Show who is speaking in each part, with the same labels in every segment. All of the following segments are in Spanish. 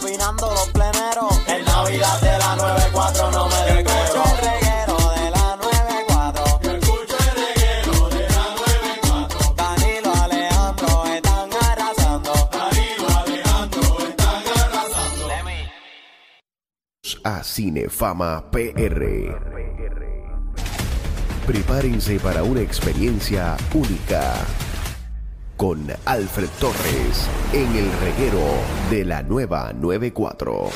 Speaker 1: sonando los pleneros.
Speaker 2: El Navidad de la 94 no me despecho.
Speaker 1: El reguero de la 94.
Speaker 2: Yo escucho el reguero de la 94.
Speaker 1: Danilo Alejandro están arrasando.
Speaker 2: Danilo Alejandro están arrasando.
Speaker 3: a Cinefama PR. Prepárense para una experiencia única con Alfred Torres en el reguero de la nueva 94.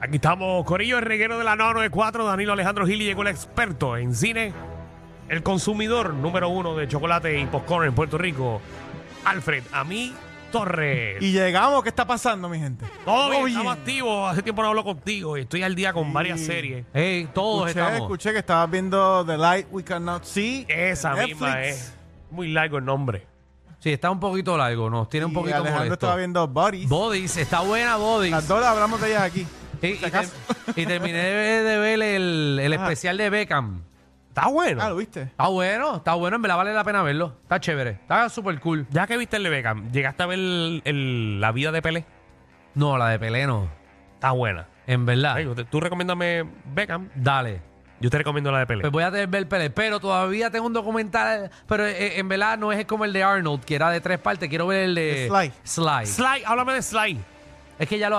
Speaker 4: Aquí estamos, Corillo, el reguero de la 994, Danilo Alejandro Gil y llegó el experto en cine, el consumidor número uno de chocolate y popcorn en Puerto Rico, Alfred Ami Torres.
Speaker 5: Y llegamos, ¿qué está pasando, mi gente?
Speaker 4: todo bien,
Speaker 5: Oye,
Speaker 4: estamos activos, hace tiempo no hablo contigo y estoy al día con varias series.
Speaker 6: Hey, todos
Speaker 5: Escuché,
Speaker 6: estamos.
Speaker 5: escuché que estabas viendo The Light We Cannot See.
Speaker 4: Esa
Speaker 5: en
Speaker 4: misma
Speaker 5: Netflix.
Speaker 4: es. Muy largo el nombre.
Speaker 6: Sí, está un poquito largo, nos tiene un
Speaker 5: Y
Speaker 6: poquito
Speaker 5: Alejandro
Speaker 6: molesto.
Speaker 5: estaba viendo Buddies.
Speaker 6: Bodies, está buena Bodies.
Speaker 5: Las dos las hablamos de ellas aquí.
Speaker 6: Y, y
Speaker 5: si acaso.
Speaker 6: ter- y terminé de ver, de ver el, el
Speaker 5: Ajá.
Speaker 6: especial de Beckham.
Speaker 4: Está bueno.
Speaker 5: Ah, ¿lo viste?
Speaker 6: Está bueno, está bueno, en verdad vale la pena verlo. Está chévere, está súper cool.
Speaker 4: Ya que viste el de Beckham, llegaste a ver el- el- la vida de Pelé.
Speaker 6: No, la de Peleno,
Speaker 4: Está buena.
Speaker 6: en verdad.
Speaker 4: Ay, usted- tú recomiéndame Beckham,
Speaker 6: Dale.
Speaker 4: yo te recomiendo la de Pelé.
Speaker 6: Pues voy a tener ver Pelé, pero todavía tengo un documental, pero eh, en verdad no es como el de Arnold, que era de tres partes, quiero ver el de
Speaker 5: Sly.
Speaker 6: Sly.
Speaker 4: Sly, háblame de Sly.
Speaker 6: Es que ya lo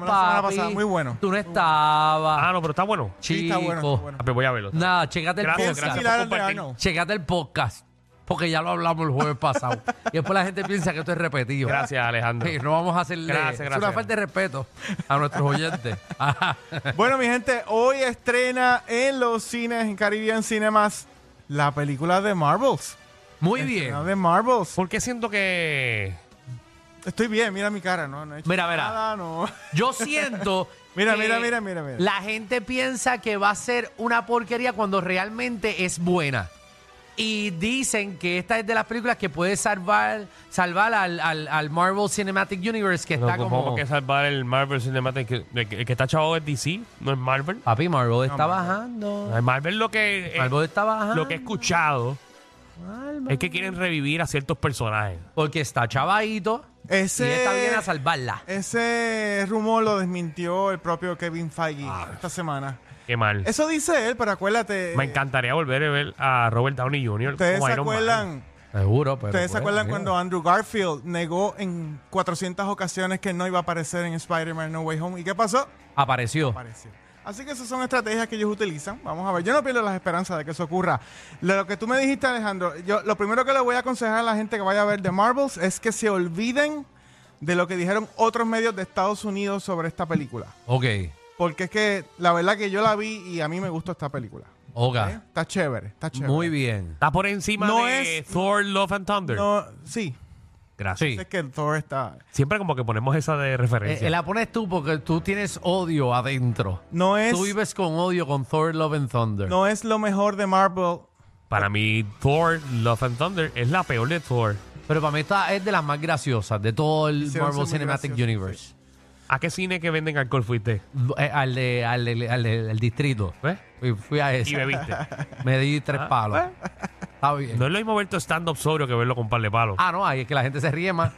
Speaker 5: Hablamos la semana
Speaker 6: papi.
Speaker 5: pasada, muy bueno.
Speaker 6: Tú no estabas.
Speaker 4: Ah, no, pero está bueno.
Speaker 6: chico.
Speaker 5: Sí, está bueno, está bueno.
Speaker 4: Ah, pues voy a verlo.
Speaker 6: Nada, checate el
Speaker 4: Gracias,
Speaker 6: podcast.
Speaker 5: Bien
Speaker 4: gracias por
Speaker 5: similar al de
Speaker 4: compartir.
Speaker 5: Arnold.
Speaker 6: Checate el podcast. Porque ya lo hablamos el jueves pasado. y después la gente piensa que esto es repetido.
Speaker 4: Gracias, Alejandro.
Speaker 6: Sí, no vamos a hacerle
Speaker 4: Gracias,
Speaker 6: es
Speaker 4: gracias.
Speaker 6: una falta de respeto a nuestros oyentes. Ajá.
Speaker 5: Bueno, mi gente, hoy estrena en los cines, en Caribbean Cinemas, la película de Marvels.
Speaker 6: Muy bien.
Speaker 5: La de Marvels.
Speaker 4: ¿Por qué siento que
Speaker 5: Estoy bien, mira mi cara, no, no he hecho
Speaker 6: Mira, mira.
Speaker 5: nada, no.
Speaker 6: Yo siento.
Speaker 5: Mira,
Speaker 6: que
Speaker 5: mira, mira, mira, mira.
Speaker 6: La gente piensa que va a ser una porquería cuando realmente es buena. Y dicen que esta es de las películas que puede salvar, salvar al, al- al Marvel Cinematic Universe, que está
Speaker 4: no,
Speaker 6: como.
Speaker 4: como que salvar el Marvel Cinematic? El que, el que está chavo es DC, no es Marvel.
Speaker 6: Papi, Marvel está
Speaker 5: Marvel.
Speaker 6: bajando.
Speaker 4: El Marvel lo que, eh,
Speaker 6: Marvel está bajando.
Speaker 4: lo que he escuchado
Speaker 6: Marvel.
Speaker 4: es que quieren revivir a ciertos personajes.
Speaker 6: Porque está chavadito.
Speaker 5: Ese- eh,
Speaker 6: Y está bien a salvarla.
Speaker 5: Ese rumor lo desmintió el propio Kevin Feige esta semana.
Speaker 4: Qué mal.
Speaker 5: Eso dice él, pero acuérdate.
Speaker 4: Me encantaría volver a ver a Robert Downey Jr.
Speaker 5: Ustedes
Speaker 4: como
Speaker 5: se
Speaker 4: Iron Man.
Speaker 5: acuerdan.
Speaker 6: Seguro, pero.
Speaker 5: ¿Ustedes se
Speaker 6: bueno,
Speaker 5: acuerdan
Speaker 6: mira.
Speaker 5: cuando Andrew Garfield negó en 400 ocasiones que no iba a aparecer en Spider-Man No Way Home? ¿Y qué pasó?
Speaker 6: Apareció.
Speaker 5: Apareció. Así que esas son estrategias que ellos utilizan. Vamos a ver, yo no pierdo las esperanzas de que eso ocurra. Lo que tú me dijiste, Alejandro, yo lo primero que le voy a aconsejar a la gente que vaya a ver The Marvels es que se olviden de lo que dijeron otros medios de Estados Unidos sobre esta película.
Speaker 6: Ok.
Speaker 5: Porque es que la verdad que yo la vi y a mí me gustó esta película.
Speaker 6: Ok.
Speaker 5: ¿Eh? Está chévere, está chévere.
Speaker 6: Ah. Muy bien.
Speaker 4: Está por encima
Speaker 5: No
Speaker 4: de
Speaker 5: es-
Speaker 4: Thor, Love and Thunder.
Speaker 5: No, sí,
Speaker 4: Gracias.
Speaker 6: Sí.
Speaker 5: es que Thor está...
Speaker 4: Siempre como que ponemos esa de
Speaker 6: Eh,
Speaker 4: referencia.
Speaker 6: eh, la pones tú porque tú tienes odio adentro.
Speaker 5: No es...
Speaker 6: Tú vives con odio con Thor, Love and Thunder.
Speaker 5: No es lo mejor de Marvel.
Speaker 4: Para mí, Thor, Love and Thunder es la peor de Thor.
Speaker 6: Pero para mí esta es de las más graciosas de todo el
Speaker 5: Hicieron
Speaker 6: Marvel
Speaker 5: ser muy
Speaker 6: Cinematic
Speaker 5: graciosos,
Speaker 6: Universe.
Speaker 4: ¿A qué cine que venden alcohol fuiste?
Speaker 6: Eh, Al, de, al, de- al de- al distrito.
Speaker 4: ¿Ves?
Speaker 6: Y fui a
Speaker 4: Y
Speaker 6: ese.
Speaker 4: bebiste.
Speaker 6: Me di tres
Speaker 5: Ah,
Speaker 6: palos. Está bien.
Speaker 4: No es lo mismo ver tu stand-up sobrio que verlo con un par de palos.
Speaker 6: Ah, no, ahí es que la gente se ríe más.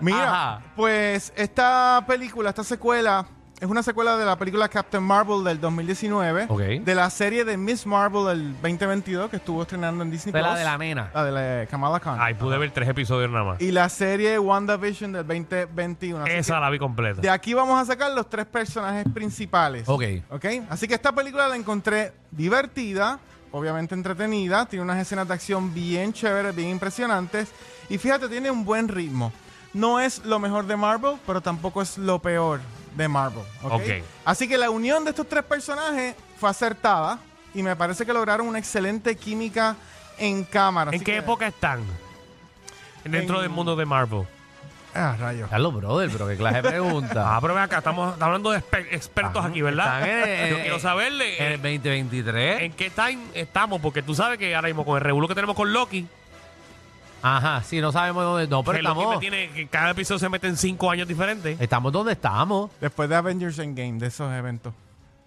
Speaker 5: Mira,
Speaker 6: Ajá.
Speaker 5: pues esta película, esta secuela, es una secuela de la película Captain Marvel del 2019.
Speaker 6: Ok.
Speaker 5: De la serie de Miss Marvel del 2022 que estuvo estrenando en Disney
Speaker 6: De la
Speaker 5: Plus.
Speaker 6: de la nena.
Speaker 5: La de la eh, Kamala Khan.
Speaker 4: Ahí pude ver tres episodios nada más.
Speaker 5: Y la serie WandaVision del 2021. Así que
Speaker 4: Esa la vi completa.
Speaker 5: De aquí vamos a sacar los tres personajes principales.
Speaker 6: Ok.
Speaker 5: Ok. Así que esta película la encontré divertida, obviamente entretenida, tiene unas escenas de acción bien chéveres, bien impresionantes. Y fíjate, tiene un buen ritmo. No es lo mejor de Marvel, pero tampoco es lo peor de Marvel. ¿ok?
Speaker 4: Ok.
Speaker 5: Así que la unión de estos tres personajes fue acertada y me parece que lograron una excelente química en cámara.
Speaker 4: ¿En
Speaker 5: Así
Speaker 4: qué
Speaker 5: que-
Speaker 4: época están? Dentro
Speaker 5: En-
Speaker 4: del mundo de Marvel.
Speaker 5: Ah, rayos.
Speaker 6: Carlos, brother, pero qué clase de pregunta.
Speaker 4: Ah, pero ven acá, estamos hablando de exper- expertos
Speaker 6: Ajá.
Speaker 4: aquí, ¿verdad?
Speaker 6: Están en-
Speaker 4: Yo
Speaker 6: en-
Speaker 4: quiero saberle
Speaker 6: pues, En el
Speaker 4: eh,
Speaker 6: 2023.
Speaker 4: en qué time estamos, porque tú sabes que ahora mismo con el revuelo que tenemos con Loki,
Speaker 6: Ajá, sí, no sabemos dónde. No, pero
Speaker 4: que Loki me
Speaker 6: estamos. Eh.
Speaker 4: tiene, que cada episodio se mete en cinco años diferentes.
Speaker 6: Estamos donde estamos.
Speaker 5: Después de Avengers Endgame, de esos eventos.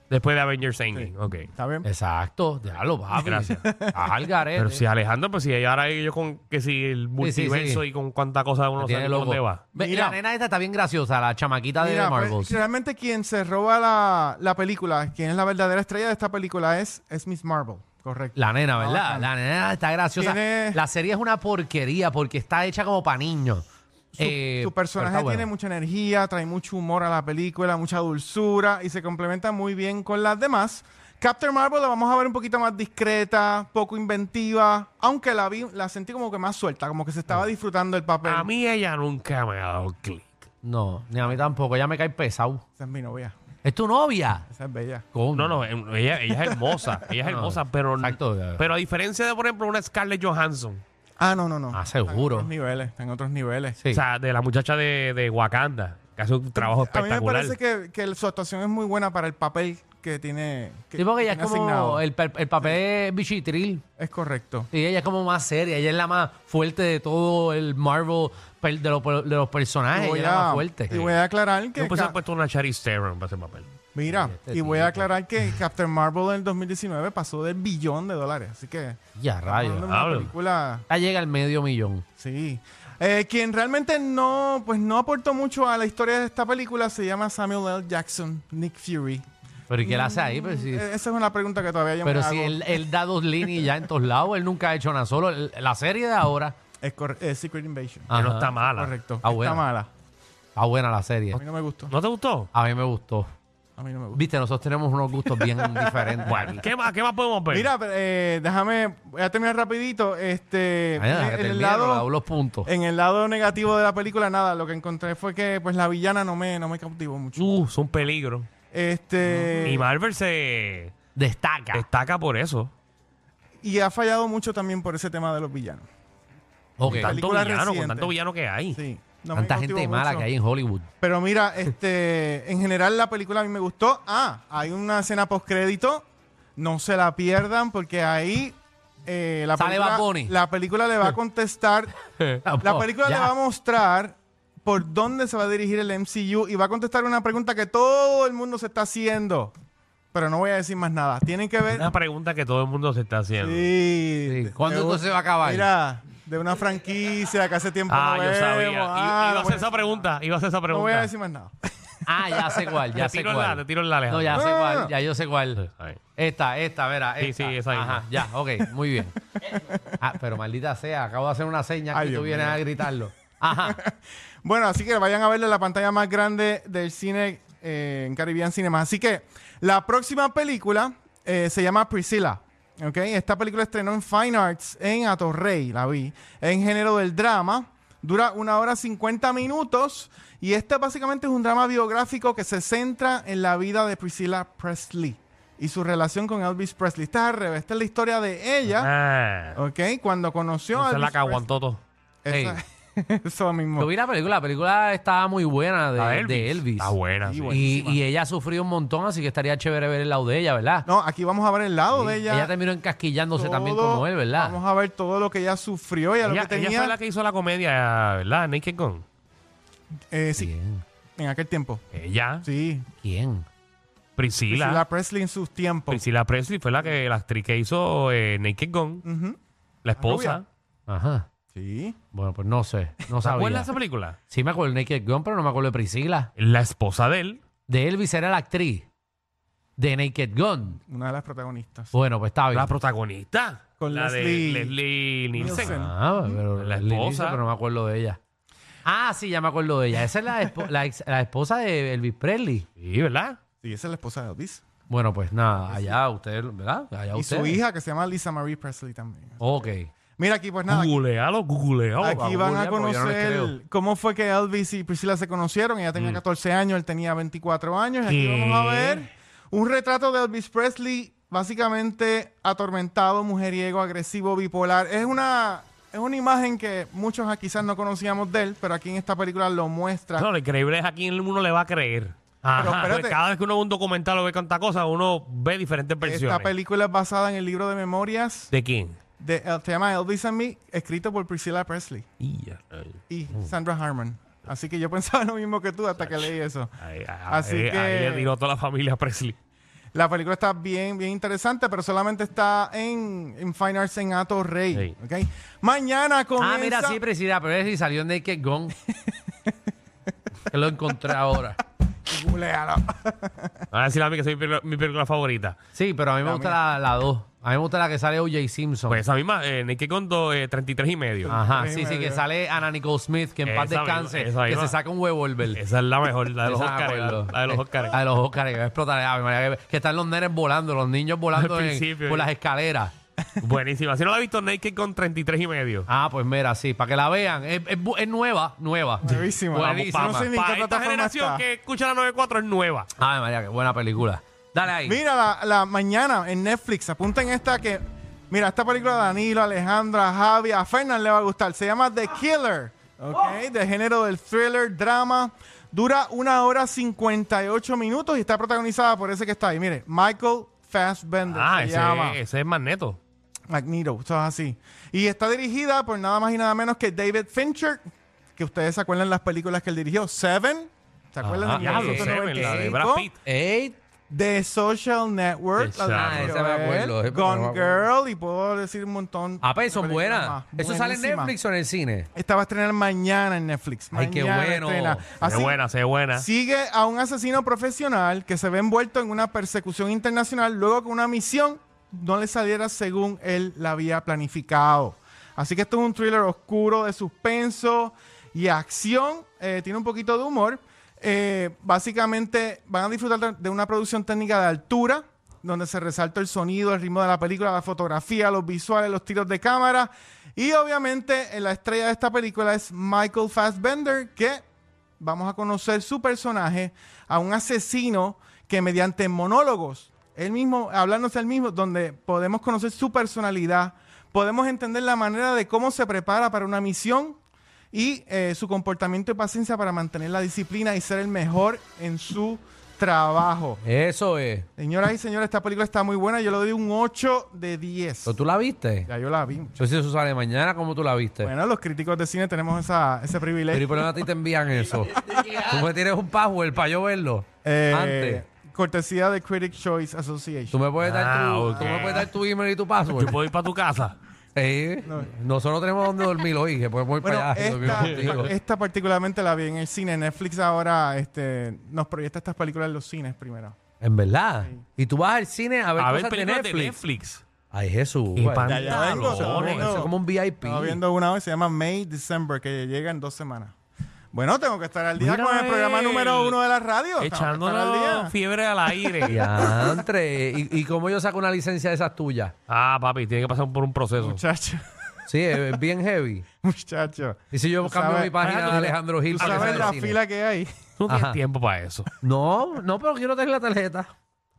Speaker 4: Después de Avengers Endgame. Ok.
Speaker 5: ¿Está bien?
Speaker 6: Exacto, déjalo, papi.
Speaker 4: Gracias.
Speaker 6: Haz al garete.
Speaker 4: Pero si Alejandro, pues si ahora ellos con que si el
Speaker 6: eh. sí, sí.
Speaker 4: multiverso y con cuánta cosa uno
Speaker 6: Tiene
Speaker 4: sabe
Speaker 6: loco.
Speaker 4: dónde va.
Speaker 6: Ve, y
Speaker 5: Mira.
Speaker 6: la nena esta está bien graciosa, la chamaquita de
Speaker 5: Mira, pues,
Speaker 6: Marvels.
Speaker 5: realmente quien se roba la, la película, quien es la verdadera estrella de esta película es, es Miss Marvel, correcto.
Speaker 6: La nena, ¿verdad?
Speaker 5: Bacán.
Speaker 6: La nena está graciosa.
Speaker 5: Tiene-
Speaker 6: La serie es una porquería porque está hecha como para niños.
Speaker 5: Su,
Speaker 6: Eh,
Speaker 5: su
Speaker 6: pero
Speaker 5: personaje
Speaker 6: está bueno.
Speaker 5: tiene mucha energía, trae mucho humor a la película, mucha dulzura y se complementa muy bien con las demás. Captain Marvel la vamos a ver un poquito más discreta, poco inventiva, aunque la vi, la sentí como que más suelta, como que se
Speaker 6: Mm.
Speaker 5: estaba disfrutando el papel.
Speaker 4: A mí ella nunca me ha dado clic.
Speaker 6: No, ni a mí tampoco. Ella me cae pesado.
Speaker 5: Esa es mi novia,
Speaker 6: ¿Es tu novia?
Speaker 5: esa es bella.
Speaker 6: Coño.
Speaker 4: No, no, em- ella, ella es hermosa. Ella
Speaker 5: Ah,
Speaker 4: es
Speaker 6: No,
Speaker 4: hermosa, pero,
Speaker 6: exacto.
Speaker 4: pero a diferencia de, por ejemplo, una Scarlett Johansson,
Speaker 5: Ah, no, no, no.
Speaker 6: Ah,
Speaker 5: Está en
Speaker 6: seguro.
Speaker 5: otros niveles, está en otros niveles.
Speaker 6: Sí.
Speaker 4: o sea, de la muchacha de, de Wakanda, que hace un trabajo
Speaker 5: A mí me
Speaker 4: espectacular.
Speaker 5: parece que, que su actuación es muy buena para el papel que tiene. Que,
Speaker 6: Sí, porque ella
Speaker 5: que
Speaker 6: es
Speaker 5: tiene
Speaker 6: como
Speaker 5: asignado.
Speaker 6: el, per- el papel es bichitril.
Speaker 5: Es correcto.
Speaker 6: Y ella es como más seria. Ella es la más fuerte de todo el Marvel, per- de, los- de los personajes. Ella es la más fuerte.
Speaker 5: y voy a aclarar que.
Speaker 4: Yo pues
Speaker 5: ca-
Speaker 4: han puesto una Charlize Theron para ese papel.
Speaker 5: Mira,
Speaker 6: Este
Speaker 5: y voy
Speaker 6: tipo.
Speaker 5: a aclarar que Captain Marvel en el 2019 pasó del billón de dólares. Así que.
Speaker 6: Ya,
Speaker 5: hablando
Speaker 6: rayos.
Speaker 5: de una
Speaker 4: hablo.
Speaker 5: película.
Speaker 6: Ya llega al medio millón.
Speaker 5: Sí. Eh, quien realmente no, pues no aportó mucho a la historia de esta película se llama Samuel L. Jackson, Nick Fury.
Speaker 6: ¿Pero y qué él hace ahí? Pero si,
Speaker 5: Eh, esa es una pregunta que todavía yo
Speaker 6: pero
Speaker 5: me
Speaker 6: si
Speaker 5: hago.
Speaker 6: él, él da dos líneas ya en todos lados, él nunca ha hecho nada solo. El- La serie de ahora.
Speaker 5: Es corre- eh, Secret Invasion.
Speaker 4: Que no
Speaker 6: Ajá.
Speaker 4: está mala.
Speaker 5: Correcto.
Speaker 6: Ah, bueno.
Speaker 5: Está mala.
Speaker 6: Está buena la serie.
Speaker 5: A mí no me gustó.
Speaker 4: ¿No te gustó?
Speaker 6: A mí me gustó.
Speaker 5: A mí no me gustó.
Speaker 6: Viste, nosotros tenemos unos gustos bien diferentes. aquí.
Speaker 4: ¿Qué más, ¿Qué más podemos ver?
Speaker 5: Mira, pero, eh, déjame, voy a terminar rapidito. Este,
Speaker 6: Ay, nada,
Speaker 5: en, el
Speaker 6: termina, nos damos
Speaker 5: lado,
Speaker 6: los puntos.
Speaker 5: en el lado negativo de la película, nada, lo que encontré fue que pues la villana no me, no me cautivó mucho.
Speaker 4: Uh, es un peligro.
Speaker 5: Este,
Speaker 4: Y Marvel se
Speaker 6: Destaca.
Speaker 4: destaca por eso.
Speaker 5: y ha fallado mucho también por ese tema de los villanos.
Speaker 6: Ok.
Speaker 4: Tanto
Speaker 5: Película
Speaker 4: villano, con
Speaker 5: reciente.
Speaker 4: tanto villano que hay.
Speaker 5: Sí, no me
Speaker 6: Tanta
Speaker 5: cautivó
Speaker 6: gente mala
Speaker 5: mucho.
Speaker 6: que hay en Hollywood.
Speaker 5: Pero mira, este, en general la película a mí me gustó. Ah, hay una escena postcrédito. No se la pierdan porque ahí eh, la,
Speaker 6: Sale Bad Bunny.
Speaker 5: película, la película le va a contestar La película le va a mostrar por dónde se va a dirigir el MCU y va a contestar una pregunta que todo el mundo se está haciendo. Pero no voy a decir más nada. Tienen que ver.
Speaker 4: Una pregunta que todo el mundo se está haciendo.
Speaker 5: Sí.
Speaker 6: Sí. ¿Cuándo
Speaker 5: De
Speaker 6: esto
Speaker 5: un-
Speaker 6: se va a acabar?
Speaker 5: Mira, de una franquicia que hace tiempo
Speaker 4: Ah,
Speaker 5: no
Speaker 4: yo
Speaker 5: vemos.
Speaker 4: sabía. Iba-
Speaker 5: Ah,
Speaker 4: iba a
Speaker 5: no voy
Speaker 4: hacer
Speaker 5: a-
Speaker 4: esa pregunta. Iba a hacer esa
Speaker 5: No
Speaker 4: pregunta.
Speaker 5: voy a decir más nada.
Speaker 6: Ah, ya sé cuál, ya
Speaker 4: Te
Speaker 6: sé
Speaker 4: tiro en
Speaker 6: cuál.
Speaker 4: la- te tiro en la,
Speaker 6: No,
Speaker 4: Alejandro.
Speaker 6: ya sé
Speaker 5: No, no,
Speaker 6: cuál,
Speaker 5: no.
Speaker 6: ya yo sé cuál.
Speaker 4: Ahí.
Speaker 6: Esta, esta, verá.
Speaker 4: Sí,
Speaker 6: esta.
Speaker 4: sí, esa misma.
Speaker 6: Ajá, ya, ok, muy bien. Ah, pero maldita sea, acabo de hacer una seña
Speaker 5: Ay,
Speaker 6: que
Speaker 5: Dios
Speaker 6: tú vienes
Speaker 5: mío.
Speaker 6: a gritarlo. Ajá.
Speaker 5: Bueno, así que vayan a verle la pantalla más grande del cine eh, en Caribbean Cinema. Así que la próxima película eh, se llama Priscilla. ¿ok? Esta película estrenó en Fine Arts en Atorrey, la vi, en género del drama. Dura una hora 50 minutos y este básicamente es un drama biográfico que se centra en la vida de Priscilla Presley y su relación con Elvis Presley. Esta es al revés, esta es la historia de ella,
Speaker 4: Ah,
Speaker 5: ¿ok? Cuando conoció
Speaker 4: esa
Speaker 5: a
Speaker 4: es
Speaker 5: Elvis
Speaker 4: la que
Speaker 5: Presley.
Speaker 4: aguantó todo.
Speaker 5: Esa- eso mismo.
Speaker 6: Yo vi la película, la película estaba muy buena de,
Speaker 4: La
Speaker 6: de Elvis.
Speaker 4: Está buena.
Speaker 5: Sí,
Speaker 4: sí.
Speaker 5: bueno.
Speaker 6: Y,
Speaker 5: buenísima.
Speaker 6: y ella sufrió un montón, así que estaría chévere ver el lado de ella, ¿verdad?
Speaker 5: No, aquí vamos a ver el lado de ella.
Speaker 6: ella terminó encasquillándose también
Speaker 5: todo-
Speaker 6: como él, ¿verdad?
Speaker 5: Vamos a ver todo lo que ella sufrió y a lo
Speaker 4: Ella,
Speaker 5: que
Speaker 4: ella
Speaker 5: tenía.
Speaker 4: fue la que hizo la comedia, ¿verdad? Naked Gun.
Speaker 5: Eh, sí,
Speaker 6: ¿Quién?
Speaker 5: en aquel tiempo.
Speaker 4: Ella,
Speaker 5: Sí.
Speaker 6: ¿Quién?
Speaker 4: Priscila.
Speaker 5: Priscilla Presley en sus tiempos.
Speaker 4: Priscila Presley fue la que la actriz que hizo eh, Naked Gun,
Speaker 5: Ujú.
Speaker 4: la esposa.
Speaker 5: rubia.
Speaker 6: Ajá.
Speaker 5: Sí.
Speaker 6: Bueno, pues no sé, no
Speaker 4: ¿Se acuerdan de
Speaker 6: sabía.
Speaker 4: esa película?
Speaker 6: Sí me acuerdo de Naked Gun, pero no me acuerdo de Priscila.
Speaker 4: La esposa de él.
Speaker 6: De Elvis era la actriz de Naked Gun.
Speaker 5: Una de las protagonistas.
Speaker 6: Bueno, pues está bien.
Speaker 4: La protagonista.
Speaker 5: Con
Speaker 4: la de
Speaker 5: Leslie-
Speaker 4: Leslie Nielsen.
Speaker 5: Nielsen.
Speaker 6: Ah, pero
Speaker 4: La
Speaker 6: Leslie
Speaker 4: esposa.
Speaker 6: Nielsen, pero no me acuerdo de ella. Ah, sí, ya me acuerdo de ella. Esa es la, espo- la, ex- la esposa de Elvis Presley.
Speaker 4: Sí, ¿verdad?
Speaker 5: Sí, esa es la esposa de Elvis.
Speaker 6: Bueno, pues nada, allá ustedes, ¿verdad? Allá
Speaker 5: Y
Speaker 6: ustedes.
Speaker 5: su hija que se llama Lisa Marie Presley también.
Speaker 6: Ok.
Speaker 5: Mira aquí, pues nada. Aquí,
Speaker 4: Googlealo, googlealo.
Speaker 5: aquí
Speaker 6: vamos,
Speaker 5: van
Speaker 6: Julia,
Speaker 5: a
Speaker 6: porque yo no les
Speaker 5: conocer
Speaker 6: creo.
Speaker 5: cómo fue que Elvis y Priscilla se conocieron. Ella tenía 14 años, él tenía 24 años. Y aquí
Speaker 4: ¿Qué?
Speaker 5: vamos a ver un retrato de Elvis Presley, básicamente atormentado, mujeriego, agresivo, bipolar. Es una, es una imagen que muchos ah, quizás no conocíamos de él, pero aquí en esta película lo muestra.
Speaker 4: No, lo increíble es a quién uno le va a creer. Ajá,
Speaker 5: Pero espérate.
Speaker 4: pues cada vez que uno ve un documental o ve tanta cosa, uno ve diferentes versiones.
Speaker 5: esta película es basada en el libro de memorias
Speaker 4: ¿De quién?
Speaker 5: de el tema Elvis and Me, escrito por Priscilla Presley y Sandra Harmon. Así que yo pensaba lo mismo que tú hasta que leí eso.
Speaker 4: Así
Speaker 5: Así
Speaker 4: que...
Speaker 5: que-
Speaker 4: ahí le tiró toda la familia a Presley.
Speaker 5: La película está bien, bien interesante, pero solamente está en, en Fine Arts en Ato Rey.
Speaker 6: Sí.
Speaker 5: ¿ok? Mañana comienza...
Speaker 6: Ah, mira, sí, Priscila Pérez y salió en Naked Gun. que lo encontré ahora.
Speaker 5: Googlealo.
Speaker 4: Ahora decirle a mí que soy mi pel- mi película favorita.
Speaker 6: Sí, pero a mí me gusta la 2. a mí me gusta la que sale O.J. Simpson.
Speaker 4: Ah, Pues esa misma, eh, Naked Gun do- eh, 33 y medio.
Speaker 6: Ajá,
Speaker 5: Ahí
Speaker 6: sí,
Speaker 5: me
Speaker 6: sí, que
Speaker 5: dio.
Speaker 6: sale Ana Nicole Smith, que en paz
Speaker 4: Esa misma,
Speaker 6: descanse,
Speaker 4: esa
Speaker 6: que
Speaker 4: misma.
Speaker 6: se saca un revolver.
Speaker 4: Esa es la mejor, la de los
Speaker 6: Esa me
Speaker 4: Oscars. La,
Speaker 6: acuerdo.
Speaker 4: la de los Oscars.
Speaker 6: La de los Oscars, que va a explotar. Ave María, que, que están los nenes volando, los niños volando
Speaker 4: Al
Speaker 6: en-
Speaker 4: principio,
Speaker 6: por
Speaker 4: ya.
Speaker 6: las escaleras.
Speaker 4: Buenísima. Si no la has visto, Naked Gun 33 y medio.
Speaker 6: Ah, pues mira, sí, para que la vean. Es, es bu- es nueva, nueva.
Speaker 5: Buenísima.
Speaker 6: Buenísima.
Speaker 5: No sé ni en
Speaker 4: Para
Speaker 5: qué
Speaker 4: esta
Speaker 5: plataforma
Speaker 4: generación
Speaker 5: está.
Speaker 4: que escucha la 94 es nueva.
Speaker 6: Ave María, qué buena película. Dale ahí.
Speaker 5: Mira, la, la mañana en Netflix, apunten esta que. Mira, esta película de Danilo, Alejandra, Javi, a Fernan le va a gustar. Se llama The Killer, ¿ok? De género del thriller, drama. Dura una hora 58 minutos y está protagonizada por ese que está ahí. Mire, Michael Fassbender
Speaker 4: Ah,
Speaker 5: se
Speaker 4: ese,
Speaker 5: llama.
Speaker 4: ese es Magneto.
Speaker 5: Magneto, eso es así. Y está dirigida por nada más y nada menos que David Fincher, que ustedes se acuerdan las películas que él dirigió. Seven, ¿se acuerdan?
Speaker 6: Ajá,
Speaker 5: de
Speaker 4: Diablo,
Speaker 6: sí,
Speaker 4: Seven, la de
Speaker 5: 1995?
Speaker 4: Brad Pitt.
Speaker 6: Ey,
Speaker 5: The Social Network,
Speaker 4: Exacto.
Speaker 5: la
Speaker 6: Ah,
Speaker 5: de
Speaker 6: esa me
Speaker 5: Joel,
Speaker 6: acuerdo, esa me
Speaker 5: Gone
Speaker 6: acuerdo.
Speaker 5: Girl y puedo decir un montón.
Speaker 6: ah, pues
Speaker 5: de
Speaker 6: son
Speaker 5: películas
Speaker 6: buenas.
Speaker 5: más.
Speaker 6: ¿Eso sale en
Speaker 5: Buenísima.
Speaker 6: Netflix o en el cine?
Speaker 5: Esta va a estrenar mañana en Netflix.
Speaker 6: Ay, qué
Speaker 5: Mañana
Speaker 6: bueno.
Speaker 5: estrena.
Speaker 6: Qué
Speaker 4: Se buena, se buena.
Speaker 5: Sigue a un asesino profesional que se ve envuelto en una persecución internacional luego que una misión no le saliera según él la había planificado. Así que esto es un thriller oscuro de suspenso y acción. eh, tiene un poquito de humor. Eh, básicamente van a disfrutar de- de una producción técnica de altura donde se resalta el sonido, el ritmo de la película, la fotografía, los visuales, los tiros de cámara. Y obviamente eh, la estrella de esta película es Michael Fassbender, que vamos a conocer su personaje a un asesino que mediante monólogos, él mismo, hablándose él mismo, donde podemos conocer su personalidad, podemos entender la manera de cómo se prepara para una misión y eh, su comportamiento y paciencia para mantener la disciplina y ser el mejor en su trabajo.
Speaker 6: Eso es.
Speaker 5: Señoras y señores, esta película está muy buena. Yo le doy un 8 de 10.
Speaker 6: ¿Pero ¿Tú la viste?
Speaker 5: Ya yo la vi.
Speaker 6: Yo si eso sale mañana, ¿cómo tú la viste?
Speaker 5: Bueno, los críticos de cine tenemos esa- ese
Speaker 6: Pero ¿y
Speaker 5: privilegio.
Speaker 6: por qué a ti te envían eso? tú me tienes un password para yo verlo.
Speaker 5: Eh,
Speaker 6: Antes.
Speaker 5: Cortesía de Critic Choice Association.
Speaker 6: Tú me puedes dar
Speaker 4: Ah,
Speaker 6: tu,
Speaker 4: ok.
Speaker 6: tú me puedes dar tu email y tu
Speaker 4: Yo
Speaker 6: password.
Speaker 4: puedo ir para tu casa.
Speaker 6: Sí. Nosotros tenemos donde dormir hoy, que podemos ir
Speaker 5: Bueno,
Speaker 6: para allá. y dormir
Speaker 5: esta,
Speaker 6: contigo.
Speaker 5: esta particularmente la vi en el cine. Netflix ahora este, nos proyecta estas películas en los cines primero.
Speaker 6: En verdad. Y tú vas al cine a ver
Speaker 4: A ver
Speaker 6: cosas de
Speaker 4: películas
Speaker 6: Netflix.
Speaker 4: de Netflix.
Speaker 6: Ay, Jesús.
Speaker 4: Y
Speaker 6: güey.
Speaker 4: pan-
Speaker 5: Ya vengo,
Speaker 4: Pantalones,
Speaker 5: estaba viendo-
Speaker 6: Eso es como un VIP.
Speaker 5: Estaba viendo una hoy, se llama May December, que llega en dos semanas. Bueno, tengo que estar al día
Speaker 4: Mira
Speaker 5: con el programa
Speaker 4: él.
Speaker 5: número uno de la radio. Tengo que estar al
Speaker 4: Echándonos
Speaker 5: día.
Speaker 4: fiebre al aire.
Speaker 6: Diantre. ¿Y, ¿Y cómo yo saco una licencia de esas tuyas?
Speaker 4: Ah, papi, tiene que pasar por un proceso.
Speaker 5: Muchacho,
Speaker 6: Sí, es es bien heavy.
Speaker 5: muchacho.
Speaker 6: Y si yo
Speaker 5: Tú
Speaker 6: cambio
Speaker 5: sabes-
Speaker 6: mi página de Alejandro
Speaker 5: Tú
Speaker 6: Gil para que
Speaker 5: sabes
Speaker 6: sea
Speaker 5: la
Speaker 6: de cine?
Speaker 5: fila que hay.
Speaker 4: Tú no
Speaker 6: Ajá.
Speaker 4: tienes tiempo para eso.
Speaker 6: No, no, pero quiero tener la tarjeta.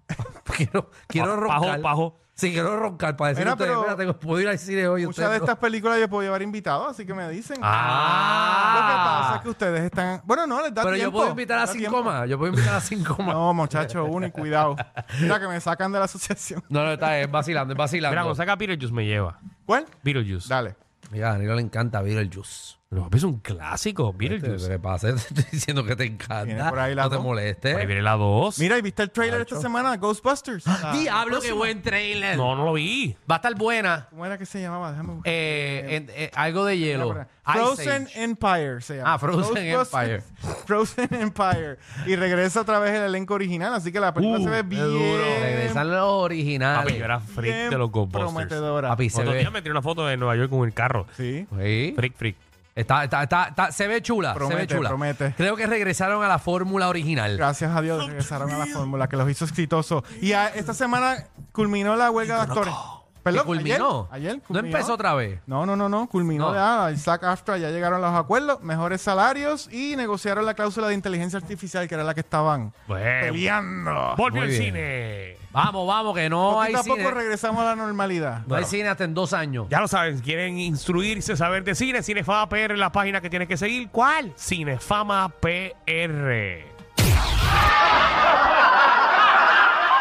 Speaker 6: quiero quiero
Speaker 4: Pa-
Speaker 6: roncar.
Speaker 4: Pajo, pajo.
Speaker 6: Sí, quiero roncar para decir
Speaker 5: Mira,
Speaker 6: a ustedes,
Speaker 5: pero-
Speaker 6: mira, tengo- puedo ir al cine hoy.
Speaker 5: Muchas de
Speaker 6: ustedes no.
Speaker 5: estas películas yo puedo llevar invitados, así que me dicen.
Speaker 4: Ah.
Speaker 5: Lo que pasa es que ustedes están. Bueno, no, les da
Speaker 6: Pero
Speaker 5: tiempo.
Speaker 6: yo puedo invitar a
Speaker 5: les da
Speaker 6: cinco
Speaker 5: tiempo.
Speaker 6: más. Yo puedo invitar a cinco más.
Speaker 5: No, muchacho, uno y cuidado. Mira que me sacan de la asociación.
Speaker 6: No, no, está es vacilando, es vacilando.
Speaker 4: Mira, cuando saca Beetlejuice me lleva.
Speaker 5: ¿Cuál?
Speaker 4: Beetlejuice.
Speaker 5: Dale.
Speaker 6: Mira, a Danilo le encanta Beetlejuice.
Speaker 4: Pero papi, es un clásico,
Speaker 6: Este,
Speaker 4: Beetlejuice.
Speaker 6: ¿Qué pasa? Te estoy diciendo que te encanta.
Speaker 5: Viene por ahí la
Speaker 6: no te
Speaker 5: dos.
Speaker 4: Ahí
Speaker 6: molestes.
Speaker 4: viene la 2.
Speaker 5: Mira, ¿y viste el trailer esta semana? Ghostbusters. Ah,
Speaker 6: Diablo, qué buen trailer.
Speaker 4: No, no lo vi.
Speaker 6: Va a estar buena.
Speaker 5: ¿Cómo era que se llamaba? Déjame buscar.
Speaker 6: Eh, en- eh, algo de hielo. Ice
Speaker 5: Frozen
Speaker 6: Age.
Speaker 5: Empire se llama.
Speaker 6: Ah, Frozen
Speaker 5: Ghostbusters- Frozen Empire. Y regresa otra vez el elenco original, así que la película
Speaker 4: Uh,
Speaker 5: se ve
Speaker 4: qué
Speaker 5: bien,
Speaker 6: Regresan los originales.
Speaker 4: Papi, yo era freak
Speaker 5: bien
Speaker 4: de los Ghostbusters.
Speaker 5: prometedora.
Speaker 6: Papi, se
Speaker 4: Otro
Speaker 6: ve.
Speaker 4: día me tiré una foto de Nueva York con el carro.
Speaker 5: Sí.
Speaker 6: Sí.
Speaker 4: Freak, freak.
Speaker 6: Está, está, está, está- se ve chula. se
Speaker 5: Promete,
Speaker 6: ve chula.
Speaker 5: promete.
Speaker 6: Creo que regresaron a la fórmula original.
Speaker 5: Gracias a Dios regresaron a la fórmula que los hizo exitoso. Y a- esta semana culminó la huelga de actores.
Speaker 6: ¿Que
Speaker 5: Perdón,
Speaker 6: culminó?
Speaker 5: Ayer, ayer
Speaker 6: no
Speaker 5: culminó.
Speaker 6: empezó otra vez.
Speaker 5: No, no, no, no. Culminó
Speaker 6: No.
Speaker 5: ya. El SAC AFTRA ya llegaron a los acuerdos, mejores salarios y negociaron la cláusula de inteligencia artificial, que era la que estaban
Speaker 4: Bueno,
Speaker 5: peleando.
Speaker 4: volvió
Speaker 6: Muy
Speaker 4: el
Speaker 6: bien.
Speaker 4: cine.
Speaker 6: Vamos, vamos, que no hay
Speaker 5: Poquito a
Speaker 6: cine.
Speaker 5: poco regresamos a la normalidad.
Speaker 6: No hay cine hasta en dos años.
Speaker 4: Ya lo saben, quieren instruirse, saber de cine, Cinefama PR es la página que tienen que seguir. ¿Cuál? Cinefama PR.